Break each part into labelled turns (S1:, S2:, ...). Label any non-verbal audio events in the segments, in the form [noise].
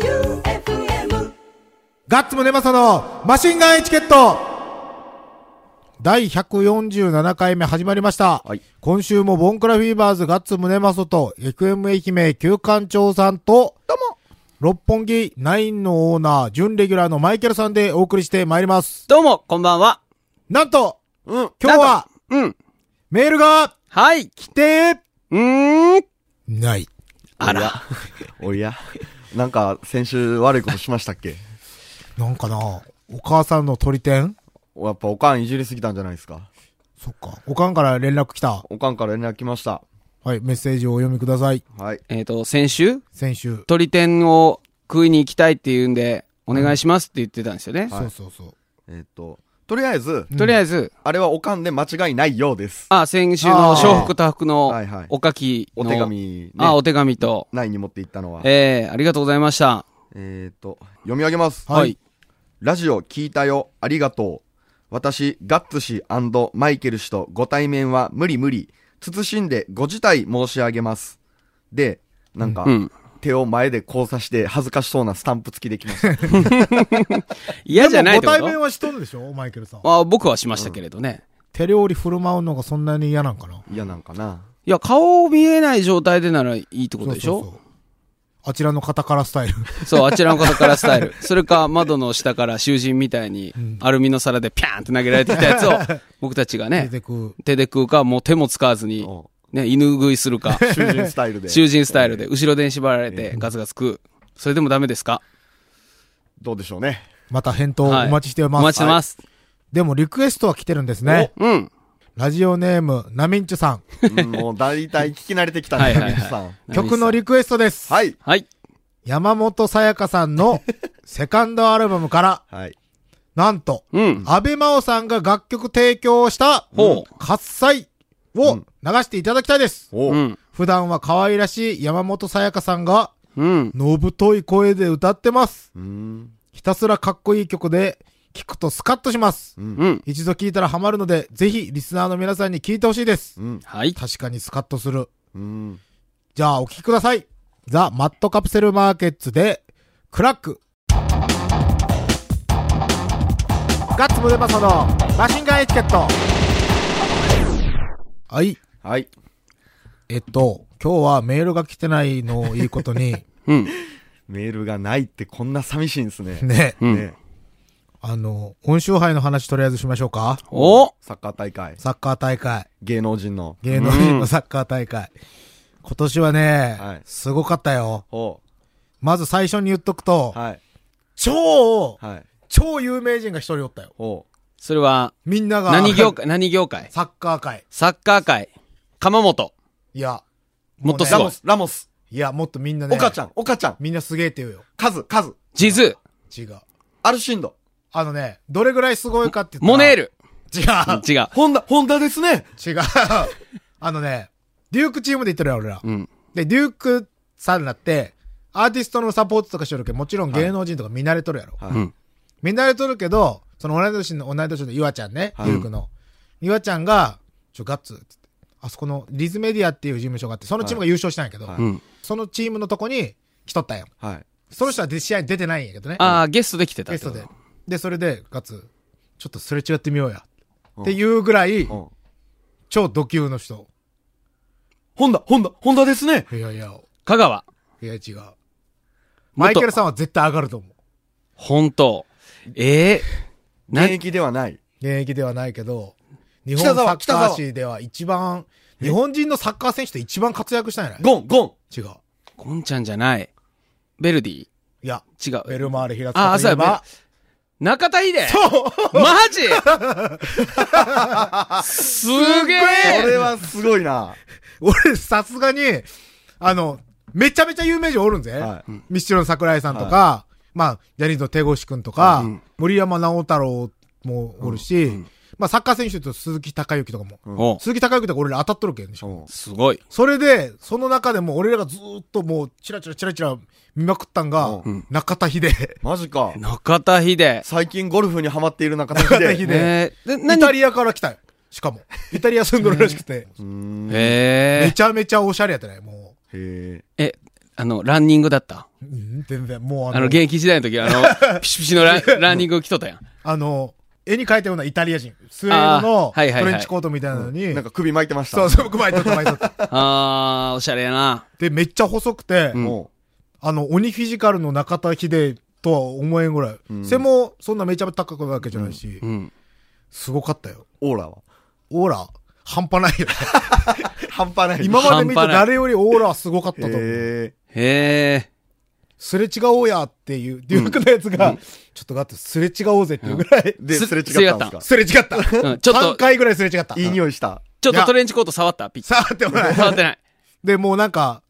S1: J-O-E-U-F-M
S2: ガッツムネマソのマシンガンエチケット第147回目始まりました。
S3: はい
S2: 今週もボンクラフィーバーズガッツムネマソと FM 愛媛旧館長さんと、どうも六本木ナインのオーナー、準レギュラーのマイケルさんでお送りしてまいります。
S3: どうも、こんばんは。
S2: なんと、
S3: うん。
S2: 今日は
S3: なんとうん。
S2: メールが
S3: はい。
S2: 来て
S3: うーん。
S2: ない。
S3: あら。
S4: おやなんか、先週悪いことしましたっ
S3: [laughs]
S4: け
S2: なんかな、お母さんの鳥天
S4: やっぱおかんいじりすぎたんじゃないですか
S2: そっか。おかんから連絡来た。
S4: おかんから連絡来ました。
S2: はい、メッセージをお読みください。
S4: はい。
S3: えっ、と、先週、
S2: 先週。
S3: 鳥天を食いに行きたいって言うんで、お願いしますって言ってたんですよね。
S2: そうそうそう。
S4: えーっと、とりあえず、
S3: とりあえず、
S4: あれはおかんで間違いないようです。
S3: あ、先週の小福多福の
S4: はいはい
S3: おかきの、
S4: お手紙、ね、
S3: あ、お手紙と、
S4: ないに持っていったのは。え
S3: えー、ありがとうございました。
S4: ーっと、読み上げます。
S2: はい
S4: ラジオ聞いたよ、ありがとう。私、ガッツ氏マイケル氏とご対面は無理無理。慎んでご辞退申し上げます。で、なんか、
S3: うん。
S4: 手を前で交差して恥ずかしそうなスタンプ付きできました。
S3: 嫌じゃないってこ
S2: でもご対面
S3: と
S2: はしとるでしょマイケルさん。
S3: あ僕はしましたけれどね。
S2: 手料理振る舞うのがそんなに嫌なんかない
S4: やなんかな。
S3: いや、顔見えない状態でならいいってことでし
S2: そう
S3: ょ
S2: そうそうあちらの方からスタイル。 [laughs]
S3: そう、あちらの方からスタイル。 [laughs] それか、窓の下から囚人みたいに、アルミの皿でピャーンって投げられてきたやつを、僕たちが
S2: 出
S3: ね、
S2: てく。
S3: 手で食うか、もう手も使わずに、
S4: う
S3: ね、犬食いする
S2: [laughs]
S3: か、
S4: ん囚人スタイルで。
S3: [laughs] 囚人スタイルで、後ろで縛られて、ガツガツ食う。それでもダメですか
S4: どうでしょうね。
S2: また返答お
S3: はい
S2: 待ちしてます。
S3: お待ちして
S2: は
S3: ます。
S2: いでもリクエストは来てるんですね。
S3: うん。
S2: ラジオネーム、ナミンチュさん。
S4: うんもう大体聞き慣れてきた
S3: は
S4: ね、
S3: いは
S2: [laughs]
S3: い
S4: ミツさ
S3: は
S4: ん。
S3: い。
S2: 曲のリクエストです。
S4: はい。
S3: はい。
S2: 山本さやかさん
S3: [laughs]
S2: のセカンドアルバムから、
S4: はい。
S2: なんと、
S3: うん。
S2: 安倍真央さんが楽曲提供した、
S3: ほう
S2: 喝采を流していただきたいです。
S4: お
S3: う。
S4: うん
S2: 普段は可愛らしい山本さやかさんが、
S3: うん。
S2: のぶとい声で歌ってます。
S4: ーん。
S2: ひたすらかっこいい曲で、聴くとスカッとします。
S3: うん。
S2: 一度聴いたらハマるので、ぜひリスナーの皆さんに聴いてほしいです
S4: う。ん。
S3: はい。
S2: 確かにスカッとする。
S4: うん。
S2: じゃあお聴きください。ザ・マットカプセルマーケッツで、クラック。ガッツムデパソのマシンガンエチケット。はい。
S4: はい。
S2: えっと、今日はメールが来てないのをいいことに、
S3: うん。
S4: メールがないってこんな寂しいんですね。
S2: ね、
S3: うん。
S2: あの、温州杯の話とりあえずしましょうか。
S3: お
S4: サッカー大会。
S2: サッカー大会。
S4: 芸能人の。
S2: 芸能人のサッカー大会。今年はね、
S4: はい
S2: すごかったよ。
S4: お
S2: まず最初に言っとくと、
S4: はい。
S2: 超、
S4: はい。
S2: 超有名人が一人おったよ。
S4: お
S3: それは、
S2: みんなが。
S3: 何業界、何業界
S2: サッカー界。
S3: サッカー界。鎌本。
S2: いや。
S3: もっと
S2: う
S3: す
S4: ラ
S2: ね
S3: ごい
S4: モス、ラモス。
S2: いや、もっとみんなね。
S4: 岡ちゃん、岡ちゃん。
S2: みんなすげえって言うよ。
S4: カズ、カズ。
S3: ジズー。
S2: 違う。
S4: アルシンド。
S2: あのね、どれぐらいすごいかって言ったら
S3: モネール。
S2: 違う。
S3: 違う。
S4: ホンダ、ホンダですね。
S2: 違う。あのね、デュークチームで言ってるよ、俺ら。
S3: うん。
S2: で、デュークさんになって、アーティストのサポートとかしてるけど、もちろん芸能人とか見慣れとるやろ。
S4: はい
S3: うん。
S2: 見慣れとるけど、その同い年の、同い年の岩ちゃんね、
S4: はい
S2: ゆうくんの。岩ちゃんが、ちょ、ガッツ、つってあそこのリズメディアっていう事務所があって、そのチームが優勝したんやけど、
S4: はい
S3: うん。
S2: そのチームのとこに来とったんや。
S4: はい。
S2: その人はで試合に出てないんやけどね。
S3: ああ、ゲストで来てたっ
S2: ゲ
S3: て
S2: ス
S3: こ
S2: ト
S3: と
S2: で。で、それで、ガッツ、ちょっとすれ違ってみようや。
S4: うん
S2: っていうぐらい、
S4: うん。
S2: 超ド級の人。
S4: ホンダ、ホンダ、ホンダですね。
S2: いやいや、
S3: 香川。
S2: いや違う。マイケルさんは絶対上がると思う。
S3: 本当。ええな
S4: 現役ではない。
S2: 現役ではないけど、日本
S4: 北
S2: サ
S4: 沢
S2: ッカー史では一番、日本人のサッカー選手と一番活躍したんやない
S4: ゴン、ゴン。
S2: 違う。
S3: ゴンちゃんじゃない。ベルディ
S2: いや、
S3: 違
S2: ベ
S3: う。
S2: ルマーレ平
S3: あ
S2: 塚
S3: あ、
S2: と
S3: そ
S2: いうえ
S3: や、ベル
S2: ば、
S3: 中田秀マジすげ
S4: これ
S3: え
S4: はすごいな。
S2: 俺さすがに、あの、めちゃめちゃ有名人おるんぜ。
S4: は
S2: ミスチルの桜井さんとか、まあ、ジャニーズの手越くんとか、
S3: うん
S2: 森山直太朗もおるし、まあサッカー選手と鈴木孝之とかも。
S3: お
S2: 鈴木孝之とか俺ら当たっとるけんでしょ。
S4: うん。
S3: すごい。
S2: それで、その中でも俺らがずーっともう、チラチラチラチラ見まくったんが、
S4: うん
S2: 中田
S3: [laughs]
S2: 秀。
S4: マジか。
S3: 中田秀
S4: 最近ゴルフにハマっている中田
S2: 中田
S4: 秀。
S2: 秀。
S3: ええで、
S2: イタ
S3: 何
S2: リアから来たよ。しかも。イタリア住んどるらしくて。
S4: うーん。へ
S2: め
S3: え
S2: ちゃめちゃオシャレやったね、も
S4: え。
S3: え。え、あの、ランニングだった。
S2: うん全然、もう
S3: あ
S2: あ
S3: の、
S2: の、
S3: 現役時代の時、あの、ピシピシのランランニング着とったやん。
S2: あの、絵に描いたようなイタリア人。スウェードの
S3: あーはいはいはい
S2: トレンチコートみたいなのに、
S4: なんか首巻いてました。
S2: そうそう、熊井と熊井と。
S3: あー、おしゃれやな。
S2: で、めっちゃ細くて、
S3: うん
S4: も
S2: あの、鬼フィジカルの中田秀とは思えんぐらい。背もそんなめちゃめちゃ高くなるわけじゃないし、
S3: うん。
S2: すごかったよ。
S4: う、オーラは。
S2: オーラ、半端ないよね。
S4: 半端ない。
S2: 今まで見た
S3: 半端ない
S2: 誰よりオーラはすごかったと思う。
S4: え
S3: へえ。
S2: すれ違おうやっていう、デュークのやつが、ちょっとガッツすれ違おうぜっていうぐらい、
S4: ー、ですすれ違ったん
S3: すれ違
S4: です
S3: っ
S2: すれ違った。
S3: うんちょっと
S2: 3回ぐらいすれ違った。
S4: かいい匂いした。
S3: ちょっとトレンチコート触ったピッ
S2: さあってもない。
S3: 触ってない。
S2: で、もうなんか、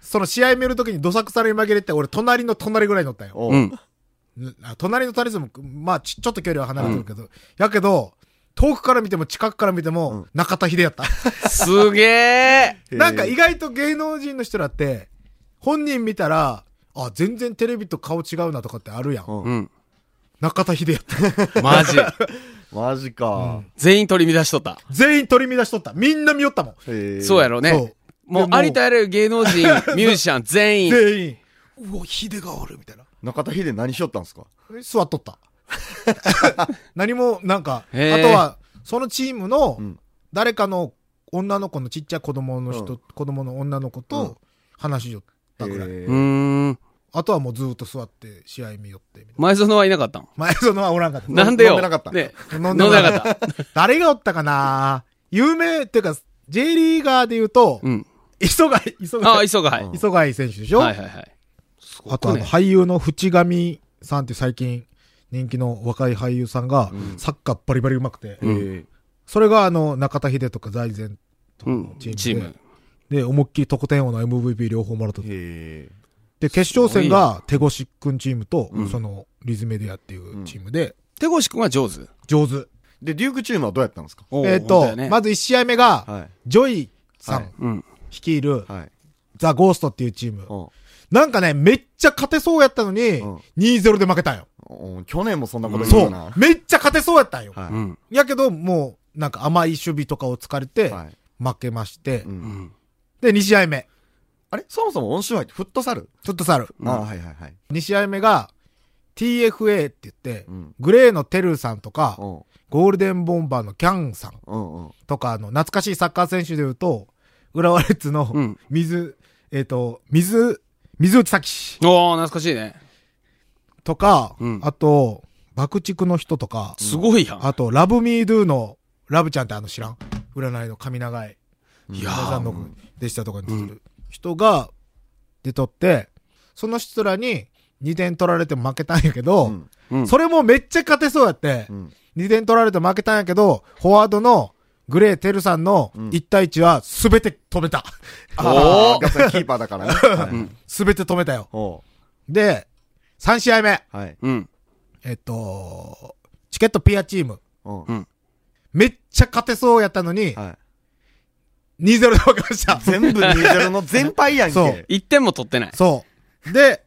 S2: その試合見るときにどさくさに紛れて、俺隣の隣ぐらいに乗ったよ。
S4: お
S3: う。
S4: うん
S2: うんあ隣の隣でも、まあち、ちょっと距離は離れてるけど、やけど、遠くから見ても近くから見ても、
S4: うん
S2: 中田秀やった。
S3: すげえ。
S2: なんか意
S4: い
S2: 外と芸能人の人らって、本人見たら、あ、全然テレビと顔違うなとかってあるやん。
S4: うん
S3: うん。
S2: 中田秀やった。
S3: マジ。
S4: マジか。
S3: 全員取り乱しとった。
S2: 全員取り乱しとった。みんな見よったもん。
S3: そうや
S4: ろ。
S3: ろう
S2: そ
S3: ね
S2: う。
S3: もう
S2: でもう
S3: ありとあらゆる芸能人、ミュージシャン全員。
S2: 全員。うお、秀がおる、みたいな。
S4: 中田秀何しよったんですか
S2: 座っと
S4: [laughs]
S2: った。何も、なんか、あと
S3: へー
S2: は、そのチームの
S4: うん、
S2: 誰かの女の子のちっちゃい子供の人、子供の女の子
S4: うん
S2: と話しよったぐらい。
S4: え
S3: う
S4: ー
S3: ーん。
S2: あとはもうずーっと座って試合見よってみたいな。
S3: 前園はいなかったん
S2: 前園はおらんかった。
S3: なんで
S4: 飲
S3: よ。
S4: んでなかった
S3: ね
S2: 飲ん
S3: 飲ん
S2: で
S3: で
S2: な
S3: な
S2: か
S3: か
S2: った
S3: った。
S2: 誰がおったかな有名っていうか、J リーガーで言うと、
S3: うん。
S2: 磯貝、磯
S3: あ、
S2: 貝、
S3: 磯がはい。
S4: うん
S2: 磯貝選手でしょ、
S3: はいはいはい。
S2: あとあの
S3: ね
S2: 俳優の淵上さんって最近人気の若い俳優さんが、サッカーバリバリ上手くて、
S4: えー
S2: それがあの、中田秀とか財前とか
S3: う
S2: の
S3: ん。
S2: チ
S3: チ
S2: ームで、
S3: ーム。
S2: で、思いっきり得点王の MVP 両方もらったと。
S4: えー
S2: で、決勝戦が手越くんチームと、
S4: うん
S2: そのリズメディアっていうチームで、
S3: 手越くんは上手。
S2: 上手。
S4: で、デュークチームはどうやったんですか
S3: おー
S2: えっ、
S3: 本当
S2: と、
S3: やね
S2: まず1試合目が、
S4: はい。
S2: ジョイさ
S4: はい
S2: ん
S3: うん。
S2: 率いる、
S4: はい。
S2: ザ・ゴーストっていうチーム。
S4: うん
S2: なんかね、めっちゃ勝てそうやったのに、
S4: うん
S2: 2-0で負けたんよ。
S4: うん去年もそんなこと言
S2: そうう
S4: たな。。
S2: めっちゃ勝てそうやったんよ。
S3: う
S4: は
S3: ん。
S2: やけど、もう、なんか甘い守備とかを突かれて
S4: い。、はい。
S2: 負けまして
S4: う。
S3: うんん。
S2: で、2試合目。
S4: あれそもそも音週入ってフットサル
S2: フットサル。
S3: うん
S4: ああ、はいはいはい。
S2: 2試合目が、TFA って言って
S4: う、ん。
S2: グレーのテルさんとか
S4: う、ん。
S2: ゴールデンボンバーのキャンさん
S4: うんうん。
S2: とか、あの、懐かしいサッカー選手で言うと、浦和レッズ
S3: う
S2: の、
S3: ん。
S2: 水、えっと、水、水内咲史
S3: おー、懐かしいね。
S2: とか
S3: うん、
S2: あと、爆竹の人とか、
S3: すごいやん。
S2: あと、ラブミードゥの、ラブちゃんってあの知らん占いの髪長い、
S3: い
S2: 皆
S3: や
S2: さん
S3: ー、
S2: の弟子だとかに出てる人が出とって、その人らに2点取られて負けたんやけ
S4: う
S2: ど
S4: ん、
S3: うん
S2: それもめっちゃ勝てそうやって
S4: う、ん。
S2: 2点取られて負けたんやけど、フォワードのグレーテルさんの
S4: うん
S2: 1対1は全て止めた。 [laughs]
S4: あーガッツリキーパーだ [laughs] からね。は
S3: う
S4: い
S3: ん。
S2: 全て止めたよ。
S4: お
S2: で、3試合目。
S4: うはい。
S3: うん。
S2: えっと、チケットピアチーム。
S4: うん
S3: うん
S2: めっちゃ勝てそうやったのに、
S4: はい。
S2: 2-0で負けました。
S4: 全部2-0の全敗やん
S2: そう
S4: け。
S3: 一点も取ってない。
S2: そう。で、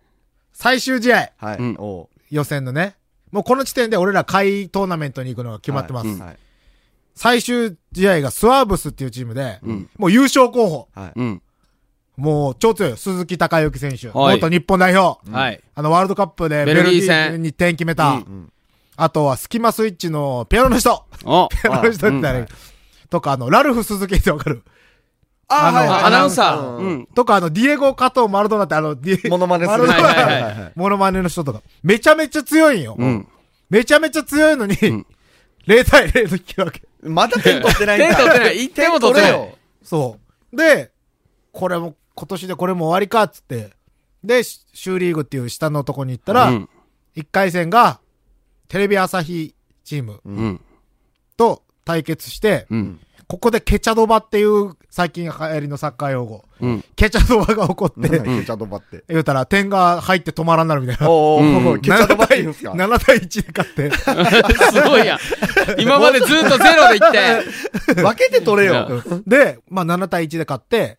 S2: 最終試合、
S4: はい。
S3: うん
S4: おう
S2: 予選のね。もうこの時点で俺ら下位トーナメントに行くのが決まってます。
S3: はいうん
S4: はい。
S2: 最終試合がスワーブスっていうチームで、
S3: うん
S2: もう優勝候補。
S4: はい。
S3: うん。
S2: もう超強いよ。鈴木孝之選手。
S3: はい
S2: 元日本代表。
S3: はい。
S2: あの、ワールドカップでベ
S3: ベ
S2: ル
S3: ル
S2: ギ
S3: ギー戦
S2: ーに点決めた。
S3: う
S4: う
S3: ん
S4: ん
S2: あとは、スキマスイッチのピアノの人。
S3: お
S2: ピアノの人って
S4: う
S2: 誰
S4: ん
S2: とか、あの、ラルフ鈴木ってわかる
S4: あ
S2: あの
S4: はいはい
S3: あアナウンサー。
S4: う。
S3: うんん。
S2: とか、あの、ディエゴ・加藤・マルドナってあの、ディエ
S4: モノマネす
S2: マ
S4: る。
S2: ルド
S3: は
S2: ナ
S3: いはいはい
S4: はい
S2: モノマネの人とか。めちゃめちゃ強いんよ。
S3: うん。
S2: めちゃめちゃ強いのに、
S3: ん
S2: 0対0の引き分け。
S4: [laughs] まだ点取ってないんだ。
S3: 点取ってない一点も取ってない
S4: 点れよ。
S2: そう。で、これも、今年でこれも終わりか、っつって。で、シシューリーグっていう下のとこに行ったら、
S3: うん。
S2: 1回戦が、テレビ朝日チーム
S3: うん。
S2: と対決して、
S3: うん。
S2: ここでケチャドバっていう最近流行りのサッカー用語。
S3: うん。
S2: ケチャドバが起こっ
S4: なん
S2: て、
S4: だケチャドバって。
S2: 言うたら点が入って止まらんなるみたいな。
S4: おーお [laughs]
S3: う
S4: ー、
S3: ん
S4: ケチャドバって言うんすか
S2: 7対1で勝って。
S3: [laughs] すごいやん。今までずっとゼロで行って。
S4: 分けて取れよ。
S2: で、まあ7対1で勝って、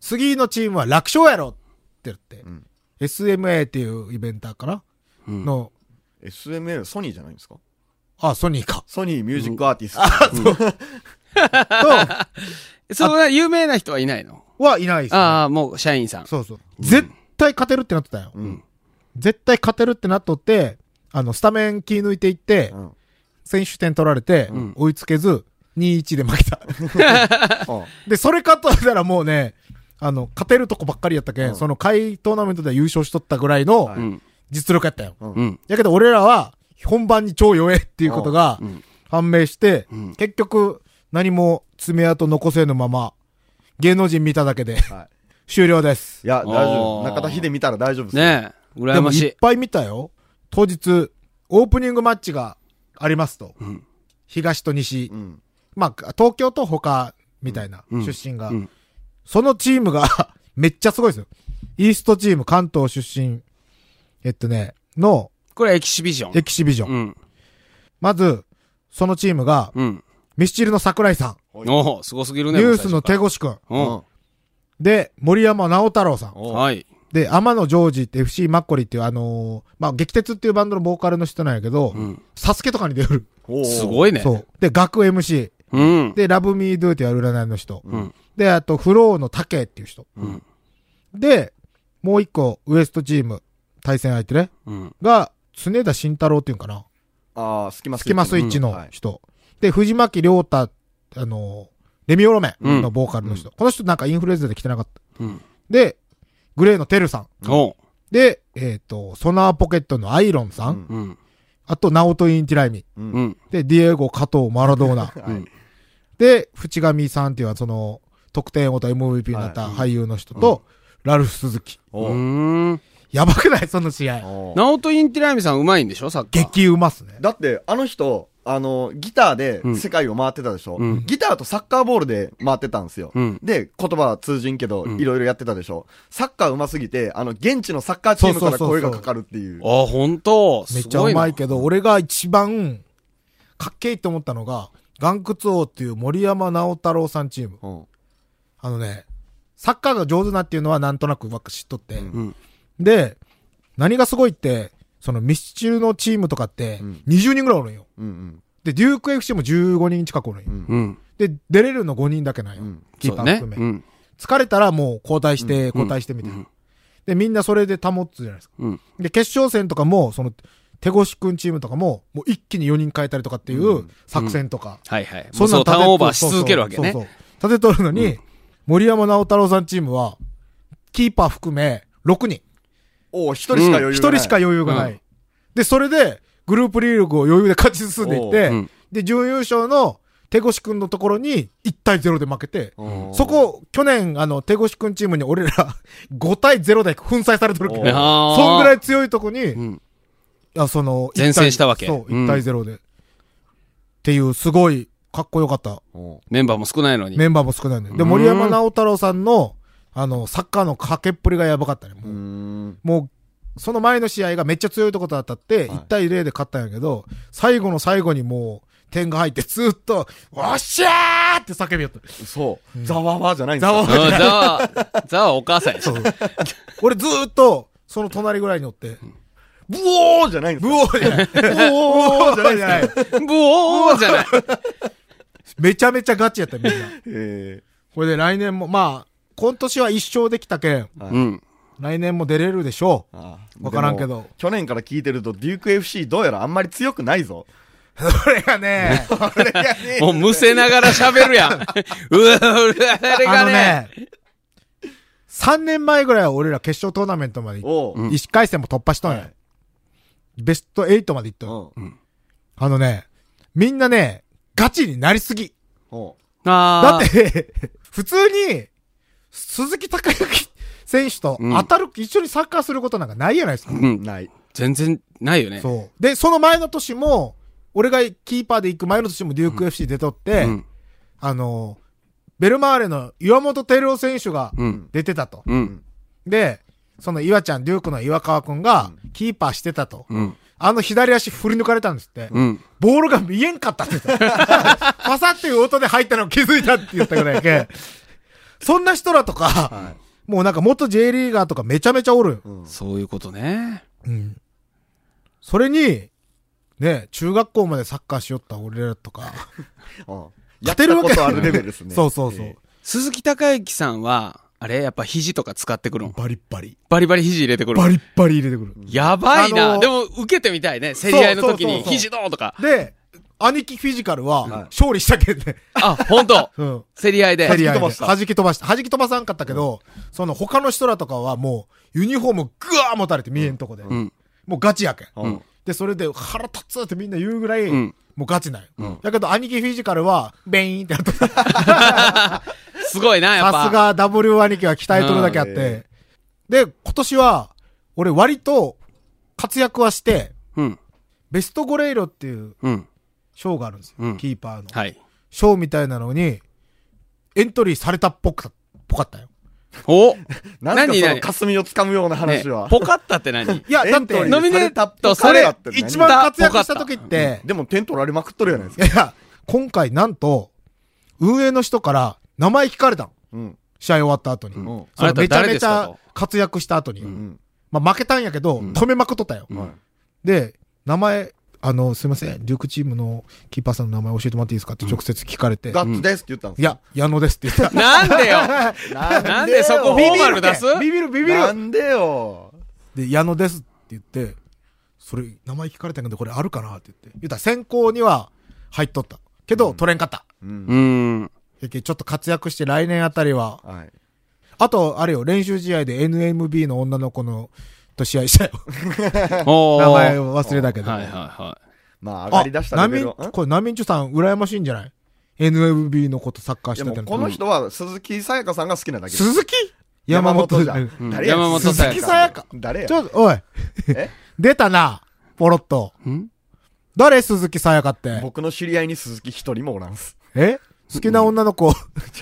S2: 次のチームは楽勝やろって言って、
S4: ん
S2: SMA っていうイベンターかな、
S3: うん
S2: の、
S4: SML、ソニーじゃないんですか
S2: あ、ソニー
S4: [laughs]
S2: か。
S4: ソニーミュージックアーティスト。
S2: と、
S3: そんな有名な人はいないの
S2: はいないです、ね。
S3: ああ、もう社員さん。
S2: そうそう。絶対勝てるってなってたよ。
S4: うん。
S2: 絶対勝てるってなっとって、あの、スタメン気抜いていって、
S4: うん。
S2: 選手点取られて、
S3: ん
S2: 追いつけず、2-1で負け
S4: [laughs]
S2: た。で、それ勝っとったらもうね、あの、勝てるとこばっかりやったけん、
S4: うん
S2: その会トーナメントでは優勝しとったぐらいの
S4: は
S3: う
S4: い
S3: ん。
S2: 実力やったよ。
S3: うん。
S2: やけど俺らは本番に超弱えっていうことが
S3: うん
S2: 判明して、
S3: うん
S2: 結局何も爪痕残せぬまま、芸能人見ただけで
S4: はい。
S2: 終了です。
S4: いや、大丈
S3: お
S4: 夫。
S3: ー
S4: 中田秀見たら大丈夫っすよ。
S3: ねえ、
S2: で
S3: 羨
S2: も
S3: まし
S2: いっ
S3: い。
S2: ぱい見たよ。当日、オープニングマッチがありますと。
S3: ん
S2: 東と西。
S4: うん。
S2: まあ、東京と他みたいな
S3: うん
S2: 出身が。
S3: うん
S2: そのチームが [laughs] めっちゃすごいですよ。イーストチーム、関東出身、えっとね、の
S3: これエキシビジョン。
S2: エキシビジョン。
S3: うん。
S2: まず、そのチームが、
S3: うん。
S2: ミスチルの桜井さ
S3: おお、すごすぎる
S2: ん、
S3: ね。
S2: ニュースの手
S3: ご。
S2: 越くん、
S3: お
S2: で、森山直太朗さん、
S3: う
S4: おい。
S3: はい。
S2: で、天野ジョージって FC マッコリっていうあのーまあ、激鉄っていうバンドのボーカルの人なんやけど、
S3: うん。
S2: サスケとかに出る。
S4: おー
S3: すごいね。
S2: そう。で、学 MC。
S3: うん。
S2: で、ラブミードゥってやる占いの人。
S3: うん。
S2: で、あと、フローのタケっていう人。
S3: うん。
S2: で、もう一個、ウエストチーム、対戦相手ね、
S3: うん。
S2: が、常田慎太郎っていうんかな。
S4: ああ、スキマ
S2: スキマスイッチ
S4: うん
S2: の
S4: はい
S2: 人。で、藤巻亮太、あのーレミオロメンのボーカルの人。この人なんかインフルエンザで来てなかった。
S3: うん。
S2: で、グレーのテルさん。
S3: おう。
S2: で、えっ、と、ソナーポケットのアイロンさん。
S4: うん
S3: うん。
S2: あと、ナオト・インティライミ。
S3: う
S4: うん
S3: ん。
S2: で、ディエゴ・加藤・マラドーナ。
S4: [laughs] はい
S2: で、淵上さんっていうのはその、得点王と MVP になった俳優の人と、ラルフ・鈴木。
S4: お
S3: う
S4: ー
S3: ん。
S2: やばくないその試合。
S4: おー
S3: ナオト・インティライミさんうまいんでしょサッカー。
S2: 激うますね。
S4: だって、あの人、あの、ギターで
S3: うん
S4: 世界を回ってたでしょ
S3: うん
S4: ギターとサッカーボールで回ってたんですよ
S3: うん。
S4: で、言葉は通じんけど、
S3: ん
S4: いろいろやってたでしょサッカー上手すぎて、あの、現地のサッカーチームから
S2: そうそうそう
S4: 声
S2: そう
S4: がかかるっていう。
S3: ああ、ほんと。
S2: めっ
S3: す
S2: ちゃ
S3: ご
S2: う
S3: いな
S2: まいけど、俺が一番、かっけえって思ったのが、岩窟王っていう森山直太郎さんチーム。
S4: うん
S2: あのね、サッカーが上手なっていうのはなんとなくうまく知っとって。
S4: うん
S2: で、何がすごいって、そのミスチルのチームとかって
S4: うん、
S2: 20人ぐらいおるんよ。
S4: うん
S2: で、デューク FC も15人近くおるんよ。
S4: うん
S3: うん。
S2: で、出れるの5人だけなんよ。
S4: うん
S2: キーパー含
S3: そう
S2: め、
S3: ね。うん。
S2: 疲れたらもう交代して、
S3: うん
S2: 交代してみたいな、
S3: うん
S2: で、みんなそれで保つじゃないですか。
S3: うん。
S2: で、決勝戦とかも、その、手越くんチームとかも、もう一気に4人変えたりとかっていう
S4: うん
S2: 作戦とか。
S3: はいはい。
S2: そ
S3: そ
S2: んなん
S3: う、ターンオーバーし
S2: 立て
S3: 続けるわけね
S2: そう。そうそう立て取るのに、
S3: うん
S2: 森山直太郎さんチームは、キーパー含め6人。
S4: おー一人しか余裕がない。
S2: 1人しか余裕がない。
S3: うん
S2: で、それで、グループリーグを余裕で勝ち進んでいって、
S4: お
S3: うん
S2: で、準優勝の手越くんのところに1対0で負けて、
S4: うん
S2: そ、こ、去年、あの、手越くんチームに俺ら、5対0で粉砕されてるけど、
S4: おう
S3: あー
S2: そんぐらい強いとこに、
S3: うん。
S2: あその、
S3: 前線したわけ
S2: 一対そう、
S3: う
S2: 1
S3: ん
S2: 対0で。っていう、すごい、かっこよかった。
S4: お
S3: メンバーも少ないのに。
S2: メンバーも少ないのに。で、
S3: うん
S2: 森山直太郎さんの、あの、サッカーのかけっぷりがやばかったね。
S4: ーう
S2: もう、
S4: ん。
S2: もうその前の試合がめっちゃ強いとことだったって、
S4: はい
S2: 1対0で勝ったんやけど、最後の最後にもう、点が入って、ずっと、おっしゃーって叫びよった。
S4: そう。ざわわじゃないんです
S2: ざわ
S4: よ。
S2: わ
S3: うんザワ、ザワお母さんやし。
S2: 俺ずーっと、その隣ぐらいにおって、
S4: ブオーじゃないんです
S2: ブ
S4: よ。
S2: オーじゃ [laughs] ない。ブオーじゃないじゃない。
S3: ブオーじゃない。
S2: めちゃめちゃガチやったよみんな。
S4: え
S2: これで来年も、まあ、今年は一勝できたけん、
S4: ー
S3: うん。
S2: 来年も出れるでしょう。
S4: あー
S2: わからんけど。
S4: でも去年から聞いてると、デューク FC どうやらあんまり強くないぞ。
S2: [laughs] これがね、
S4: あれがね
S3: もうむせながら喋るやん。 [laughs] うわ、あれ
S2: あ
S3: が
S2: の
S3: ね。
S2: ね、3年前ぐらいは俺ら決勝トーナメントまで行っ
S4: おう。
S3: うん
S2: 1回戦も突破しとんや。
S4: はい
S2: ベスト8まで行っとんや、
S4: おう
S2: あのね、みんなね、ガチになりすぎ。
S4: おう
S2: だ
S3: あ
S2: っ
S3: ー
S2: て、 [laughs] 普通に、鈴木孝之選手と当たる、一緒にサッカーすることなんかないじゃないですか。
S3: うん。
S4: ない。
S3: 全然ないよね。
S2: そう。で、その前の年も、俺がキーパーで行く前の年もデューク FC 出とって、
S3: うん。
S2: あの、ベルマーレの岩本輝夫選手が
S3: うん。
S2: 出てたと。
S3: うん。
S2: で、その岩ちゃん、デュークの岩川くんが、キーパーしてたと。
S3: うん。
S2: あの左足振り抜かれたんですって。
S3: うん。
S2: ボールが見えんかったって言ってた。パサっていう音で入ったのを気づいたって言ったぐらいやけん。そんな人らとか、もうなんか元 J リーガーとかめちゃめちゃおるよ。
S4: うん
S3: そういうことね。
S2: うん。それに、ね、中学校までサッカーしよった俺らとか。
S4: うん
S2: 勝てるわけ
S4: やったことあるレベルですね。
S2: そうそうそう。
S3: 鈴木孝之さんは、あれやっぱ肘とか使ってくるん
S2: バリッバリ。
S3: バリバリ肘入れてくるん
S2: バリッバリ入れてくる。
S3: やばいな、
S2: あのー
S3: でも受けてみたいね。競り合いの時
S2: そうそうそう
S3: に
S2: そう
S3: 肘どうとか。
S2: で、兄貴フィジカルは、
S4: はい
S2: 勝利したけんね。
S3: あ、本当
S2: うん。
S3: 競り合いで。
S2: セリアで
S4: 弾き飛ばした
S2: 弾き飛ばした。弾き飛ばさんかったけど、その他の人らとかはもう、ユニフォームぐわー持たれて見えんとこで。
S3: ん
S2: もうガチやけん。
S4: うん
S2: で、それで腹立つってみんな言うぐらい、
S3: ん
S2: もうガチなんよ。だけど、兄貴フィジカルは、ベイーンってやっとった。
S3: すごいな、やっぱ。
S2: さすが W 兄貴は鍛えとるだけあって。
S4: うんえ
S2: で、今年は、俺割と活躍はして、
S3: うん。
S2: ベストゴレイロっていう
S3: うん。
S2: 賞があるんですよ。
S3: うん
S2: キーパーの。
S3: はい。
S2: 賞みたいなのに、エントリーされたっぽくた、ぽかったよ。
S3: お
S4: なんかその
S3: 何
S4: 霞をつかむような話は。
S3: ねポカったって何
S2: いや、だって、
S3: ノミネートさ
S2: あ
S3: れ
S2: れ
S3: た
S4: って、
S2: 一番活躍した時って、
S4: でも点取られまくっとるやないです
S2: い
S4: か。
S2: やいや、今回なんと、運営の人から名前聞かれたの。
S4: うん。
S2: 試合終わった後に。
S4: ん
S2: その
S3: あなた
S2: めちゃ
S3: 誰
S2: め
S3: で
S2: ち
S3: すかと。
S2: ゃ活躍した後に。
S4: うん。
S2: まあ負けたんやけど、止めまくっとったよ。
S4: はい。
S2: で、名前、あの、すいません、リュックチームのキーパーさんの名前教えてもらっていいですかって直接聞かれて。
S4: ガッツですって言ったんです
S2: いや、矢野ですって言った
S3: [laughs] なんでよなんでそこフォーマル出す
S2: ビビるビビる
S4: なんでよ。
S2: で、矢野ですって言って、それ、名前聞かれたけど、これあるかなって言って。言ったら選考には入っとった。けど、取れんかった。
S4: うん。
S3: うん。
S2: やけちょっと活躍して来年あたりは。
S4: はい。
S2: あと、あれよ、練習試合で NMB の女の子の、と試合したよ。
S3: [laughs] おー
S2: 名前
S3: は
S2: を忘れたけ
S3: い
S2: ど。
S3: はいは
S4: まあ、上
S2: あ
S4: がり出した
S2: ナ
S4: レ
S2: ミ
S4: ベ
S2: ン
S4: ルをん
S2: これ、ナミンチュさん、羨ましいんじゃない ?NMB のことサッカー
S4: い
S2: し
S4: や
S2: て
S4: も
S2: た
S4: う
S2: の。
S4: この人は鈴木さやかさんが好きなだけです。
S2: 鈴木
S4: 山本じゃ
S2: うん
S4: ん。
S3: うん山本さや
S2: 鈴
S3: か
S2: 木さやか
S4: 誰や
S2: ちょっと、おい。
S4: え
S2: [laughs] 出たな、ポロッと。
S3: い。ん
S2: 誰鈴木さやかって。
S4: 僕の知り合いに鈴木一人もおらんす。
S2: え好きな女の子、 [laughs]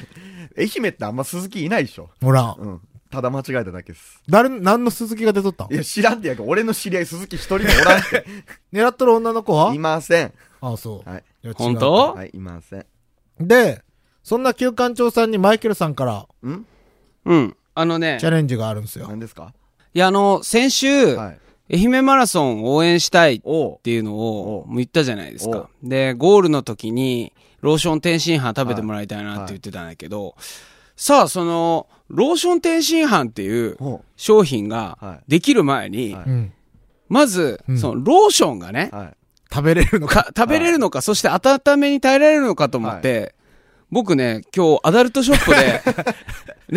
S4: 愛媛ってあんま鈴木いないでしょ。
S2: ほら、
S4: うん。ただ間違えただけです。
S2: 誰、何の鈴木が出とったん
S4: いや、知らんってやんか。俺の知り合い鈴木一人もおら
S2: [laughs]
S4: んって。
S2: 狙っとる女の子はい
S4: ません。
S2: あ、そう。
S4: はい。
S2: いや違う
S3: 本当
S4: はい、いません。
S2: で、そんな旧館長さんにマイケルさんから
S4: ん
S3: うん。あのね
S2: チ、ャレンジがあるんですよ。
S4: 何ですか
S3: いや、あの、先週、
S4: はい。
S3: 愛媛マラソンを応援したいっ
S4: おう。
S3: ていうのを
S4: お
S3: 言ったじゃないですか。で、ゴールの時に、ローション天津飯食べてもらいたいなって言ってたんだけど、さあ、その、ローション天津飯っていう
S4: おう
S3: 商品
S4: は
S3: が
S4: い
S3: できる前に、
S4: はい
S2: うん。
S3: まず、その、ローションがね、
S2: [laughs]
S4: はい。
S2: 食べれるのか。
S3: か、食べれるのか、そして温めに耐えられるのかと思って、僕ね、今日アダルトショップ で、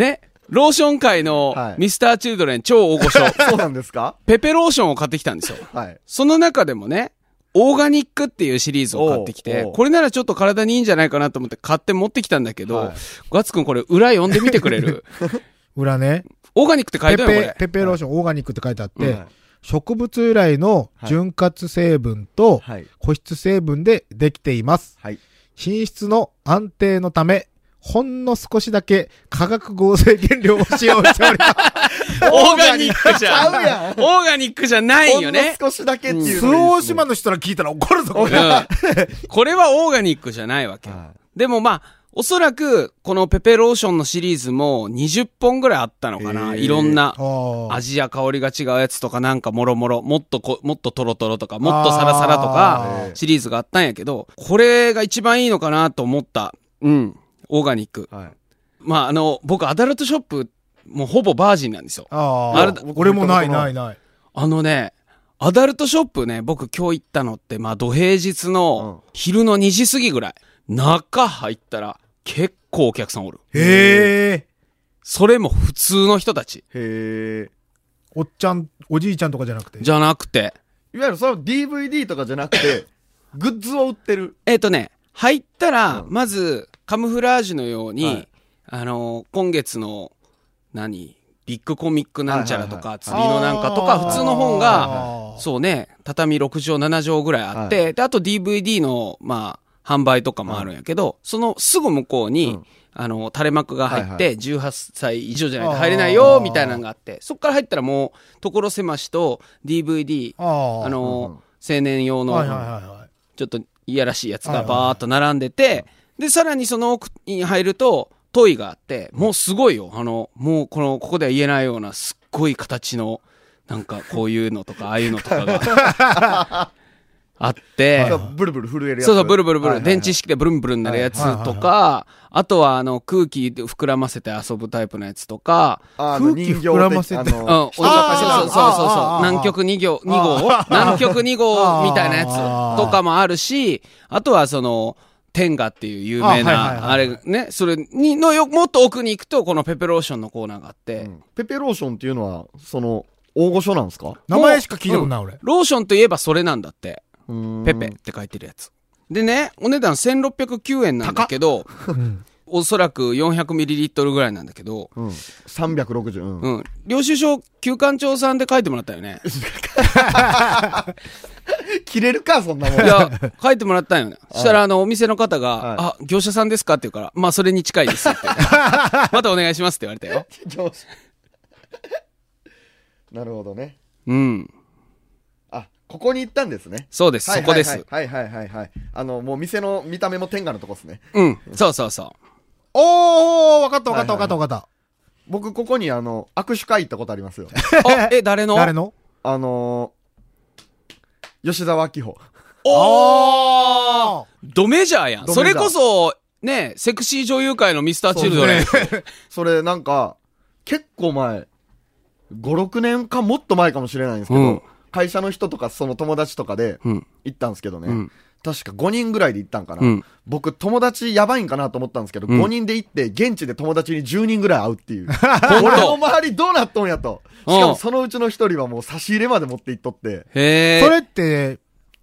S4: [laughs]
S3: ね、ローション界の
S4: はい
S3: ミスターチルドレン超大御
S4: [laughs]
S3: 所、
S4: そうなんですか
S3: ペペローションを買ってきたんですよ。
S4: はい。
S3: その中でもね、オーガニックっていうシリーズを買ってき
S4: おう
S3: て
S4: お、う
S3: これならちょっと体にいいんじゃないかなと思って買って持ってきたんだけど、
S4: はい
S3: ガッツくんこれ裏読んでみてく
S4: [laughs]
S3: れる
S2: 裏ね。
S3: オーガニックって書
S2: ペ
S3: いてあるよ、こ
S2: ペ
S3: れ、。
S2: ペペローション、オーガニックって書いてあっ
S4: う
S2: て
S4: ん、
S2: 植物由来の潤滑成分と
S4: はい
S2: 保湿成分でできています。
S4: はい。
S2: 品質の安定のため、ほんの少しだけ化学合成原料を使用しており
S3: [laughs]
S2: ます。
S3: オーガニックじゃん。
S4: ちゃうやん
S3: オーガニックじゃないよね。
S4: ほんの少しだけっていう
S2: ス
S4: のがいい
S2: オー
S4: ですね。
S2: 島の人ら聞いたら怒るぞ、これ
S3: うんこれはオーガニックじゃないわけ。
S4: は
S3: でもまあ、おそらく、このペペローションのシリーズも20本ぐらいあったのかな。
S4: へー
S3: いろんな
S2: ああ。
S3: 味や香りが違うやつとかなんかもろもろ、もっとこ、もっとトロトロとか、もっとサラサラと
S4: あ
S3: か
S4: ー、
S3: シリーズがあったんやけど、これが一番いいのかなと思った。うん。オーガニック。
S4: はい。
S3: まああの、僕アダルトショップ、もうほぼバージンなんですよ。
S2: あ
S3: あ
S2: あ
S3: れ
S4: だ。
S2: 俺もないないない。
S3: あのね、アダルトショップね、僕今日行ったのって、まあ、土平日の昼の2時過ぎぐらい。中入ったら、結構お客さんおる。
S2: へえ。
S3: それも普通の人たち。
S4: へえ。
S2: おっちゃん、おじいちゃんとかじゃなくて。
S3: じゃなくて。
S4: いわゆるその DVD とかじゃな
S2: [laughs]
S4: くて、グッズを売ってる。
S3: えっ、とね、入ったら、
S4: うん
S3: まず、カムフラージュのように、
S4: はい
S3: あのー今月の、何ビッグコミックなんちゃらと
S4: は
S3: か、
S4: い
S3: 釣りのなんかとか、普通の本が、
S2: あー
S3: そうね、畳6畳、7畳ぐらいあって、で、あと DVD の、まあ、販売とかもあるんやけど、そのすぐ向こうに、
S4: うん
S3: あの、垂れ幕が入って、
S4: はいは
S3: 18歳以上じゃないと
S2: あー
S3: 入れないよ、みたいなのがあって、そっから入ったらもう、所狭しと DVD、
S2: あー
S3: あ
S4: うん
S3: の、青年用の、
S2: はいはいはいはい。
S3: ちょっといやらしいやつ
S2: はい
S3: が
S2: はいはい
S3: バーっと並んでて、で、さらにその奥に入ると、トイがあって、もうすごいよ。あの、もうこの、ここでは言えないような、すっごい形の、なんかこういうのとか、ああいうのとかが。あって、
S4: そうブルブル震えるやつ。
S3: そうそう、ブルブルブ
S4: はい
S3: ル、
S4: はい
S3: 電池式でブルンブルンなるやつとか、あとはあの空気で膨らませて遊ぶタイプのやつとか、
S4: あの
S2: 空気
S4: 人形的
S2: 膨らませて
S4: あ
S3: う
S4: の
S3: ん、お
S4: 人
S3: そう
S4: が
S2: あー
S3: そうそうそう
S2: あー
S3: そう、南極2号、二号南極2号みたいなや
S2: あー
S3: つとかもあるし、あとはその、テンガっていう有名
S2: あはいはい
S3: な、
S2: は
S3: あ
S2: い
S3: れね、それに、のよ、もっと奥に行くと、このペペローションのコーナーがあって、
S4: うんペペローションっていうのは、その、大御所なんですか
S2: 名前しか聞いたことない、俺。
S3: ローションといえばそれなんだって。
S4: ペ
S3: ペペって書いてるやつ。でね、お値段1609円なんだけど、
S2: うん
S3: おそらく 400ml ぐらいなんだけど、
S4: うん。360。うん。
S3: うん。領収書、旧館長さんで書いてもらったよね。
S4: 切れるか、そんなもん。
S3: いや、書いてもらったんよね。そしたら、あの、お店の方が、
S4: はい
S3: あ、業者さんですかって言うから、まあ、それに近いで
S4: [laughs]
S3: すって。またお願いしますって言われたよ。
S4: 上司 [laughs] なるほどね。
S3: うん。
S4: あ、ここに行ったんですね。
S3: そうです、そこです。
S4: はいはいはいはいはいはい。あの、もう店の見た目も天下のとこですね。
S3: うん。そうそうそう。
S2: [laughs] おー、わかったわかったわかったわかっ
S4: 僕、ここにあの、握手会行ったことありますよ。 [laughs]
S3: あ、え、誰
S2: た。
S3: の
S2: 誰の
S4: あのー、吉沢明穂。
S3: おー
S2: あ
S3: ドメジャーやん。
S4: ドメジャー
S3: それこそ、ね、セクシー女優界のミスターチルドレン。
S4: それなんか、結構前、5、6年かもっと前かもしれないんですけど、
S3: うん
S4: 会社の人とかその友達とかで
S3: うん。
S4: 行ったんですけどね、 [laughs]
S3: うん
S4: 確か5人ぐらいで行ったんかな。
S3: うん
S4: 僕、友達やばいんかなと思ったんですけど、
S3: うん
S4: 5人で行って、現地で友達に10人ぐらい会うって
S3: [laughs]
S4: いう。
S3: 当
S4: 俺の周りどうなっとんやと。
S3: うん
S4: しかもそのうちの1人はもう差し入れまで持って行っとって、
S3: へえ。
S2: それって、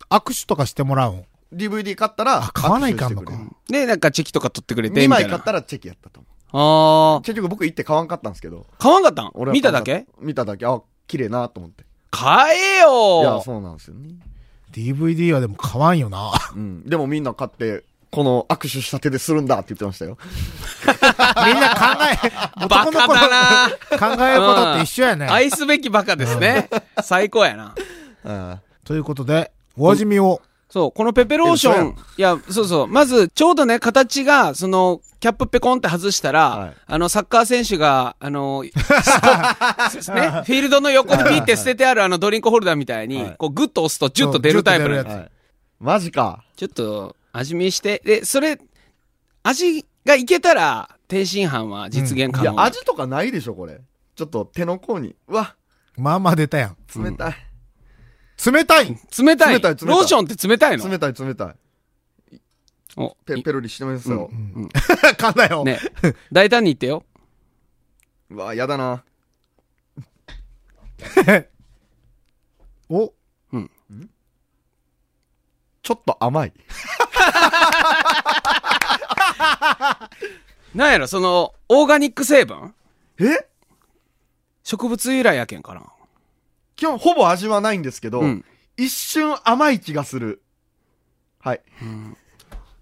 S2: 握手とかしてもらうん。
S4: DVD 買ったら
S2: あ、、買わないかんのか。
S3: で、なんかチェキとか取ってくれて、
S4: 2
S3: みた
S4: 枚
S3: いな。
S4: 買ったらチェキやったと思う。
S3: あー。
S4: 結局僕行って買わんかったんですけど、
S3: 買わんかったん
S4: 俺は
S3: 見
S4: 買
S3: た
S4: わ
S3: だ
S4: んかっ
S3: け
S4: 見ただけ、あ、綺麗なと思って。
S3: 買え
S4: いや、
S3: よ
S4: そうなんですよね。
S2: DVD はでも買わんよ
S3: [laughs]
S2: な。
S4: うん。でもみんな買って、この握手した手でするんだって言ってました
S3: [laughs]
S4: よ。
S2: みんな考え、
S3: バカだな
S2: 考えることって一緒やね。
S3: 愛すべきバカです
S4: [laughs]
S3: ね。最高やな。
S4: あ
S2: ということで、お味見を。
S3: そう、このペペローション。いや、そうそう。まず、ちょうどね、形が、その、キャップペコンって外したら、
S4: はい
S3: あの、サッカー選手が、
S4: [laughs]
S3: あの、スコね、フィールドの横にピって捨ててあるあのドリンクホルダーみたいに、
S4: はい
S3: こう、グッと押すとジュッと出るタイプの
S2: そうジュッと出るや
S3: や
S2: つ
S4: は
S3: つ。
S4: い。マジか。
S3: ちょっと、味見して、で、それ、味がいけたら、天津飯は実現可
S4: い
S3: 能。
S4: や、味とかないでしょ、これ。ちょっと手の甲に。うわ、
S2: まあまあ出たやん。
S4: 冷たい。
S2: 冷たい
S3: 冷たい
S4: 冷たい冷たい
S3: ローションって冷たいの
S4: 冷たい、冷たい。
S3: お
S4: ペ
S3: い
S4: ペロリしてますよ。
S2: かんだよ。
S3: ね、大胆に言ってよ。
S4: うわ、やだな。
S2: お
S4: ちょっと甘い。
S3: なんやろ、その、オーガニック成分
S4: え
S3: 植物由来やけんかな。
S4: 基本、ほぼ味はないんですけど、
S3: うん
S4: 一瞬甘い気がする。はい。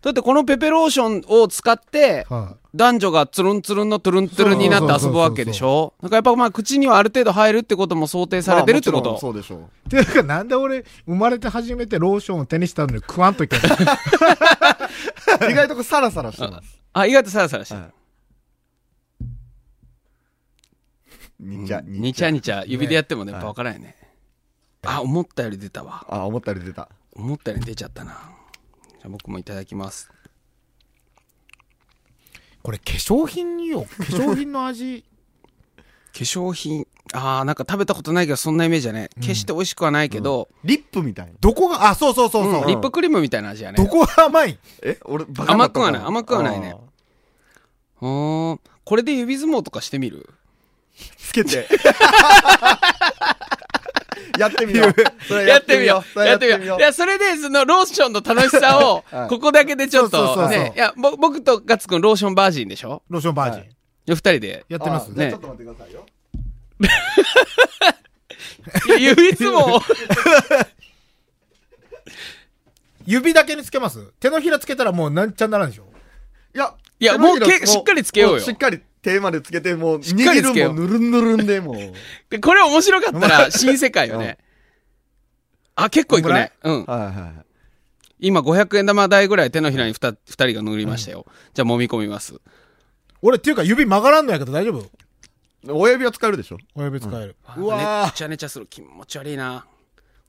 S3: だってこのペペローションを使って、
S2: は
S3: 男女がツルンツルンのトゥルントゥルンになって遊ぶわけでしょなんかやっぱまあ口にはある程度入るってことも想定されてるってこ
S4: まあもちろん
S3: と。
S4: そうでしょ
S2: い。ていうか、なんで俺、生まれて初めてローションを手にしたのに食わんといけない。
S4: う。意外とこうサラサラしてます。
S3: あ、意外とサラサラしてる。
S4: にちゃ、に
S3: にちゃにちゃ指でやってもね、やっぱわからんよね。あ、思ったより出たわ。
S4: あ、思ったより出た。
S3: 思ったより出ちゃったな。じゃあ僕もいただきます。
S2: これ化粧品よ。化粧品の味。
S3: 化粧品、あーなんか食べたことないけどそんなイメージだね。決して美味しくはないけど、
S4: リップみたいな。
S2: どこが、あ、そうそうそうそう。
S3: リップクリームみたいな味やね。
S2: どこが甘い
S4: え俺、バ
S3: 甘くはない甘くはないね
S4: あー。
S3: うーん。これで指相撲とかしてみる
S4: つけ
S3: [laughs]
S4: て。やってみよう。それ
S3: [laughs] やってみよう。や
S4: や
S3: っ
S4: ってて
S3: み
S4: み
S3: よ
S4: よ
S3: う
S4: う。。
S3: いや、それで、その、ローションの楽しさを
S4: は、い
S3: ここだけでちょっ
S2: そうそう
S3: と、
S2: そうそう
S3: ね。いや、ぼ僕とガッツくん、ローションバージンでしょ
S2: ローションバージン
S4: は。
S3: 二人で。
S2: やってます
S4: あじゃあ
S3: ね
S4: ちょっと待ってくださいよ。
S3: 指相撲を
S2: 指だけにつけます手のひらつけたらもうなんちゃんならんでしょ
S4: いや、
S3: いやもうけしっかりつけようよ
S4: もしっかり手までつけて、もう、
S3: っかり
S4: 握
S3: つけよ
S4: るもぬ
S3: う
S4: るんぬるんで、もう。
S3: でこれ面白かったら、新世界よね。あ、結構いくね。うん。
S4: はいはいはい。
S3: 今、500円玉台ぐらい手のひらに二二人が塗りましたよ。じゃあ、揉み込みます。
S2: 俺っていうか指曲がらんのやけど大丈夫
S4: 親指は使えるでしょ
S2: 親指使える。
S3: うわねちゃねちゃする。気持ち悪いな。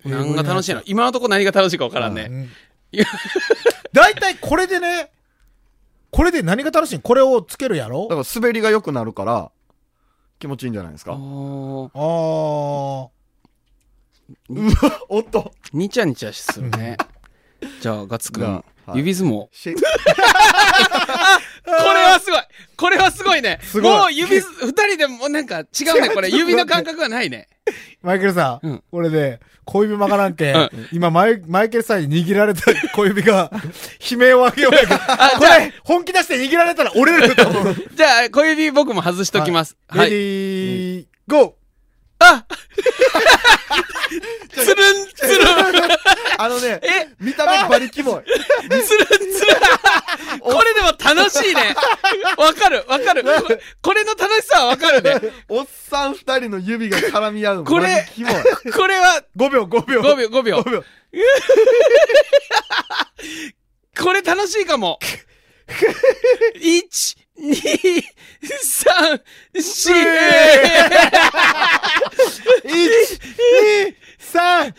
S3: 何が楽しいの今のとこ何が楽しいか分からんね。いや
S2: [laughs] 大体これでね、これで何が楽しいんこれをつけるやろ
S4: だから滑りが良くなるから、気持ちいいんじゃないです
S3: あ
S4: か。
S3: ー
S2: あー。
S4: おっと。
S3: にちゃにちゃするね。じゃあ、ガッツくん、
S4: がはい
S3: 指相撲。こ
S4: シェイ
S3: れはすごいこれはすごいね
S4: ごい
S3: もう指す、二人でもうなんか [laughs] 違うね、これ。指の感覚がないね。
S2: マイケルさん、
S3: うん
S2: これで、小指曲がらんけ、
S3: うん
S2: 今マイ、マイケルさんに握られた小指が、悲鳴を上げようやけど、こ
S3: じゃあ
S2: れ、本気出して握られたら折れると思う。
S3: じゃあ、小指僕も外しときます。は
S2: レ
S3: い。
S2: ディー、ゴー
S3: [laughs] あつるん、つる [laughs] ん、
S4: あのね、
S3: え
S4: 見た目バリキ
S3: [laughs]
S4: モい。
S3: つるんつるんこれでも楽しいね。わかる、わかる。これの楽しさはわかるね。
S4: おっさん二人の指が絡み合うの。
S3: これ
S4: バリ
S3: [laughs]
S4: キモい。
S3: これは、
S2: !5 秒、5秒。
S3: 5秒、5秒
S2: 5。秒。
S3: [laughs] これ楽しいかも。1、2、3、4、
S2: 1、2、3、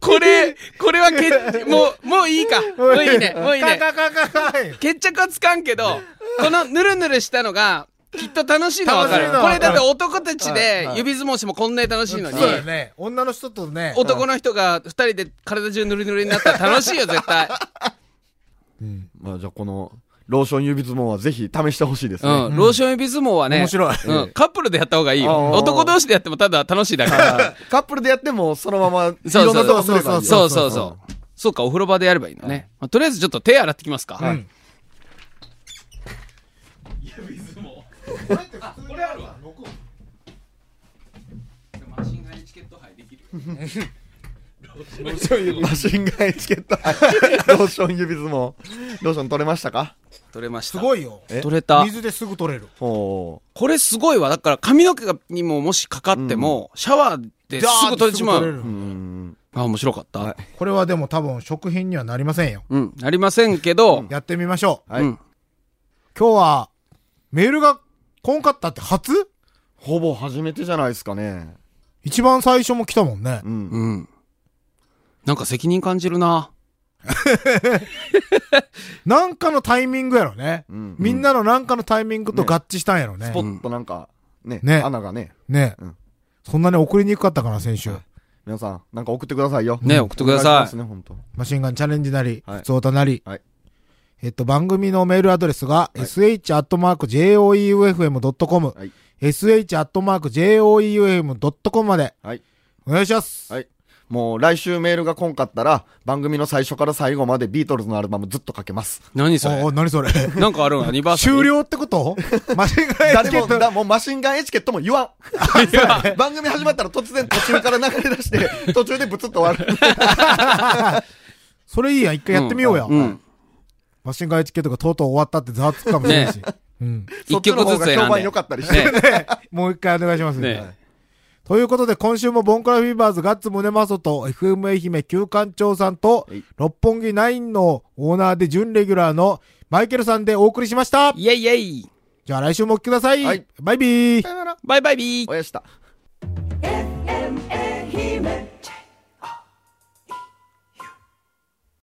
S3: これ、これはけ、もう、もういいか。もういいね、もういいね。
S2: カカカカカ
S3: 決着はつかんけど、このぬるぬるしたのが、きっと楽しいのはわかる。
S2: 楽しいの
S3: これだって男たち
S4: うん
S3: で
S4: うん
S3: 指相撲してもこんなに楽しいのに
S2: そう、だよね。女の人とね、
S3: 男の人が二人で体中ぬるぬるになったら楽しいよ、絶対。
S4: まあじゃあこの、ローション指相撲はぜひ試してほしいです
S3: う
S4: ね。
S3: ん、ローション指相撲はね、
S2: 面白い
S3: うん、カップルでやった方がいいよ。
S4: あー
S3: 男同士でやってもただ楽しいだから。
S4: はい [laughs] カップルでやっても、そのまま、い
S3: そう
S4: ろんなとこ
S2: そう
S4: 滑ればいいよ
S3: そうそう [laughs] そう。そうか、お風呂場でやればいいのね。まあとりあえずちょっと手洗ってきますか。
S2: うん。
S3: これあるわ。マシンガンにチケット杯できる。
S4: マシンガンエチケット。ローション指相撲。ローション取れましたか
S3: 取れまし
S2: す
S3: た。
S2: ごいよ。
S4: え
S3: 取れた。
S2: 水ですぐ取れる。
S4: ほ
S3: これすごいわ。だから髪の毛がにももしかかっても、シャワーですぐ取れちま
S2: ダーッ
S3: う。
S2: とす
S4: う。う
S2: ぐ取れる
S4: ん。
S3: あ、面白かった。
S4: はい
S2: これはでも多分食品にはなりませんよ。
S3: うん。なりませんけど、
S2: やってみましょう。
S4: はい。
S3: うん
S2: 今日は、メールが来んかったって初
S4: ほぼ初めてじゃないですかね。
S2: 一番最初も来たもんね
S4: う。ん。
S3: うん。なんか責任感じるな。
S2: なんかのタイミングやろね。
S4: うん
S2: みんなのなんかのタイミングと
S4: ね
S2: 合致したんやろね
S4: ス。ポットなんか、ね、
S2: ね
S4: 穴がね、
S2: ね
S4: うん
S2: そんなに送りにくかったかな、先週。
S4: 皆さん、なんか送ってくださいよ。
S3: ね
S4: うん
S3: 送ってください
S4: お願しますね、本当。
S2: マシンガンチャレンジなり、
S4: はい
S2: 普通歌なり。
S4: はい
S2: えっと、番組のメールアドレスが、sh.joeufm.com、
S4: はい
S2: sh.joeufm.com まで。
S4: はい。
S2: お願いします。
S4: はい。もう来週メールが来んかったら、番組の最初から最後までビートルズのアルバムずっとかけます。
S3: 何それ
S2: おお、何そ
S4: [laughs]
S2: れ。
S3: なんかあるんアニバーサリー
S2: 終了ってことマシンガンエチ
S4: 誰
S2: ケ
S4: も、
S2: ット。
S4: だもうマシンガンエチケットも言わん。 [laughs] 番組始まったら突然途中から流れ出して、途中でブツッと終わる。
S2: それいいやん、一回やってみようや。
S3: んん
S2: マシンガンエチケットがとうとう終わったってざわつくかもしれないし。うん。
S4: そ
S3: [laughs] 一
S4: っちの
S3: 曲
S4: 方
S3: ずつ
S4: が
S3: 選
S4: 評
S3: ん
S4: 判
S3: で
S4: 良。かったりして。
S2: [laughs]
S3: ね
S2: もう一回お願いします。
S3: ね
S2: はいということで、今週もボンクラフィーバーズガッツムネマソと FM 愛媛旧館長さんと
S4: はい、
S2: 六本木ナインのオーナーで準レギュラーのマイケルさんでお送りしました。
S3: イェイイェイ
S2: じゃあ来週もお聞きください。
S4: はい
S2: バイビー。
S3: バイバイビー
S4: おやした。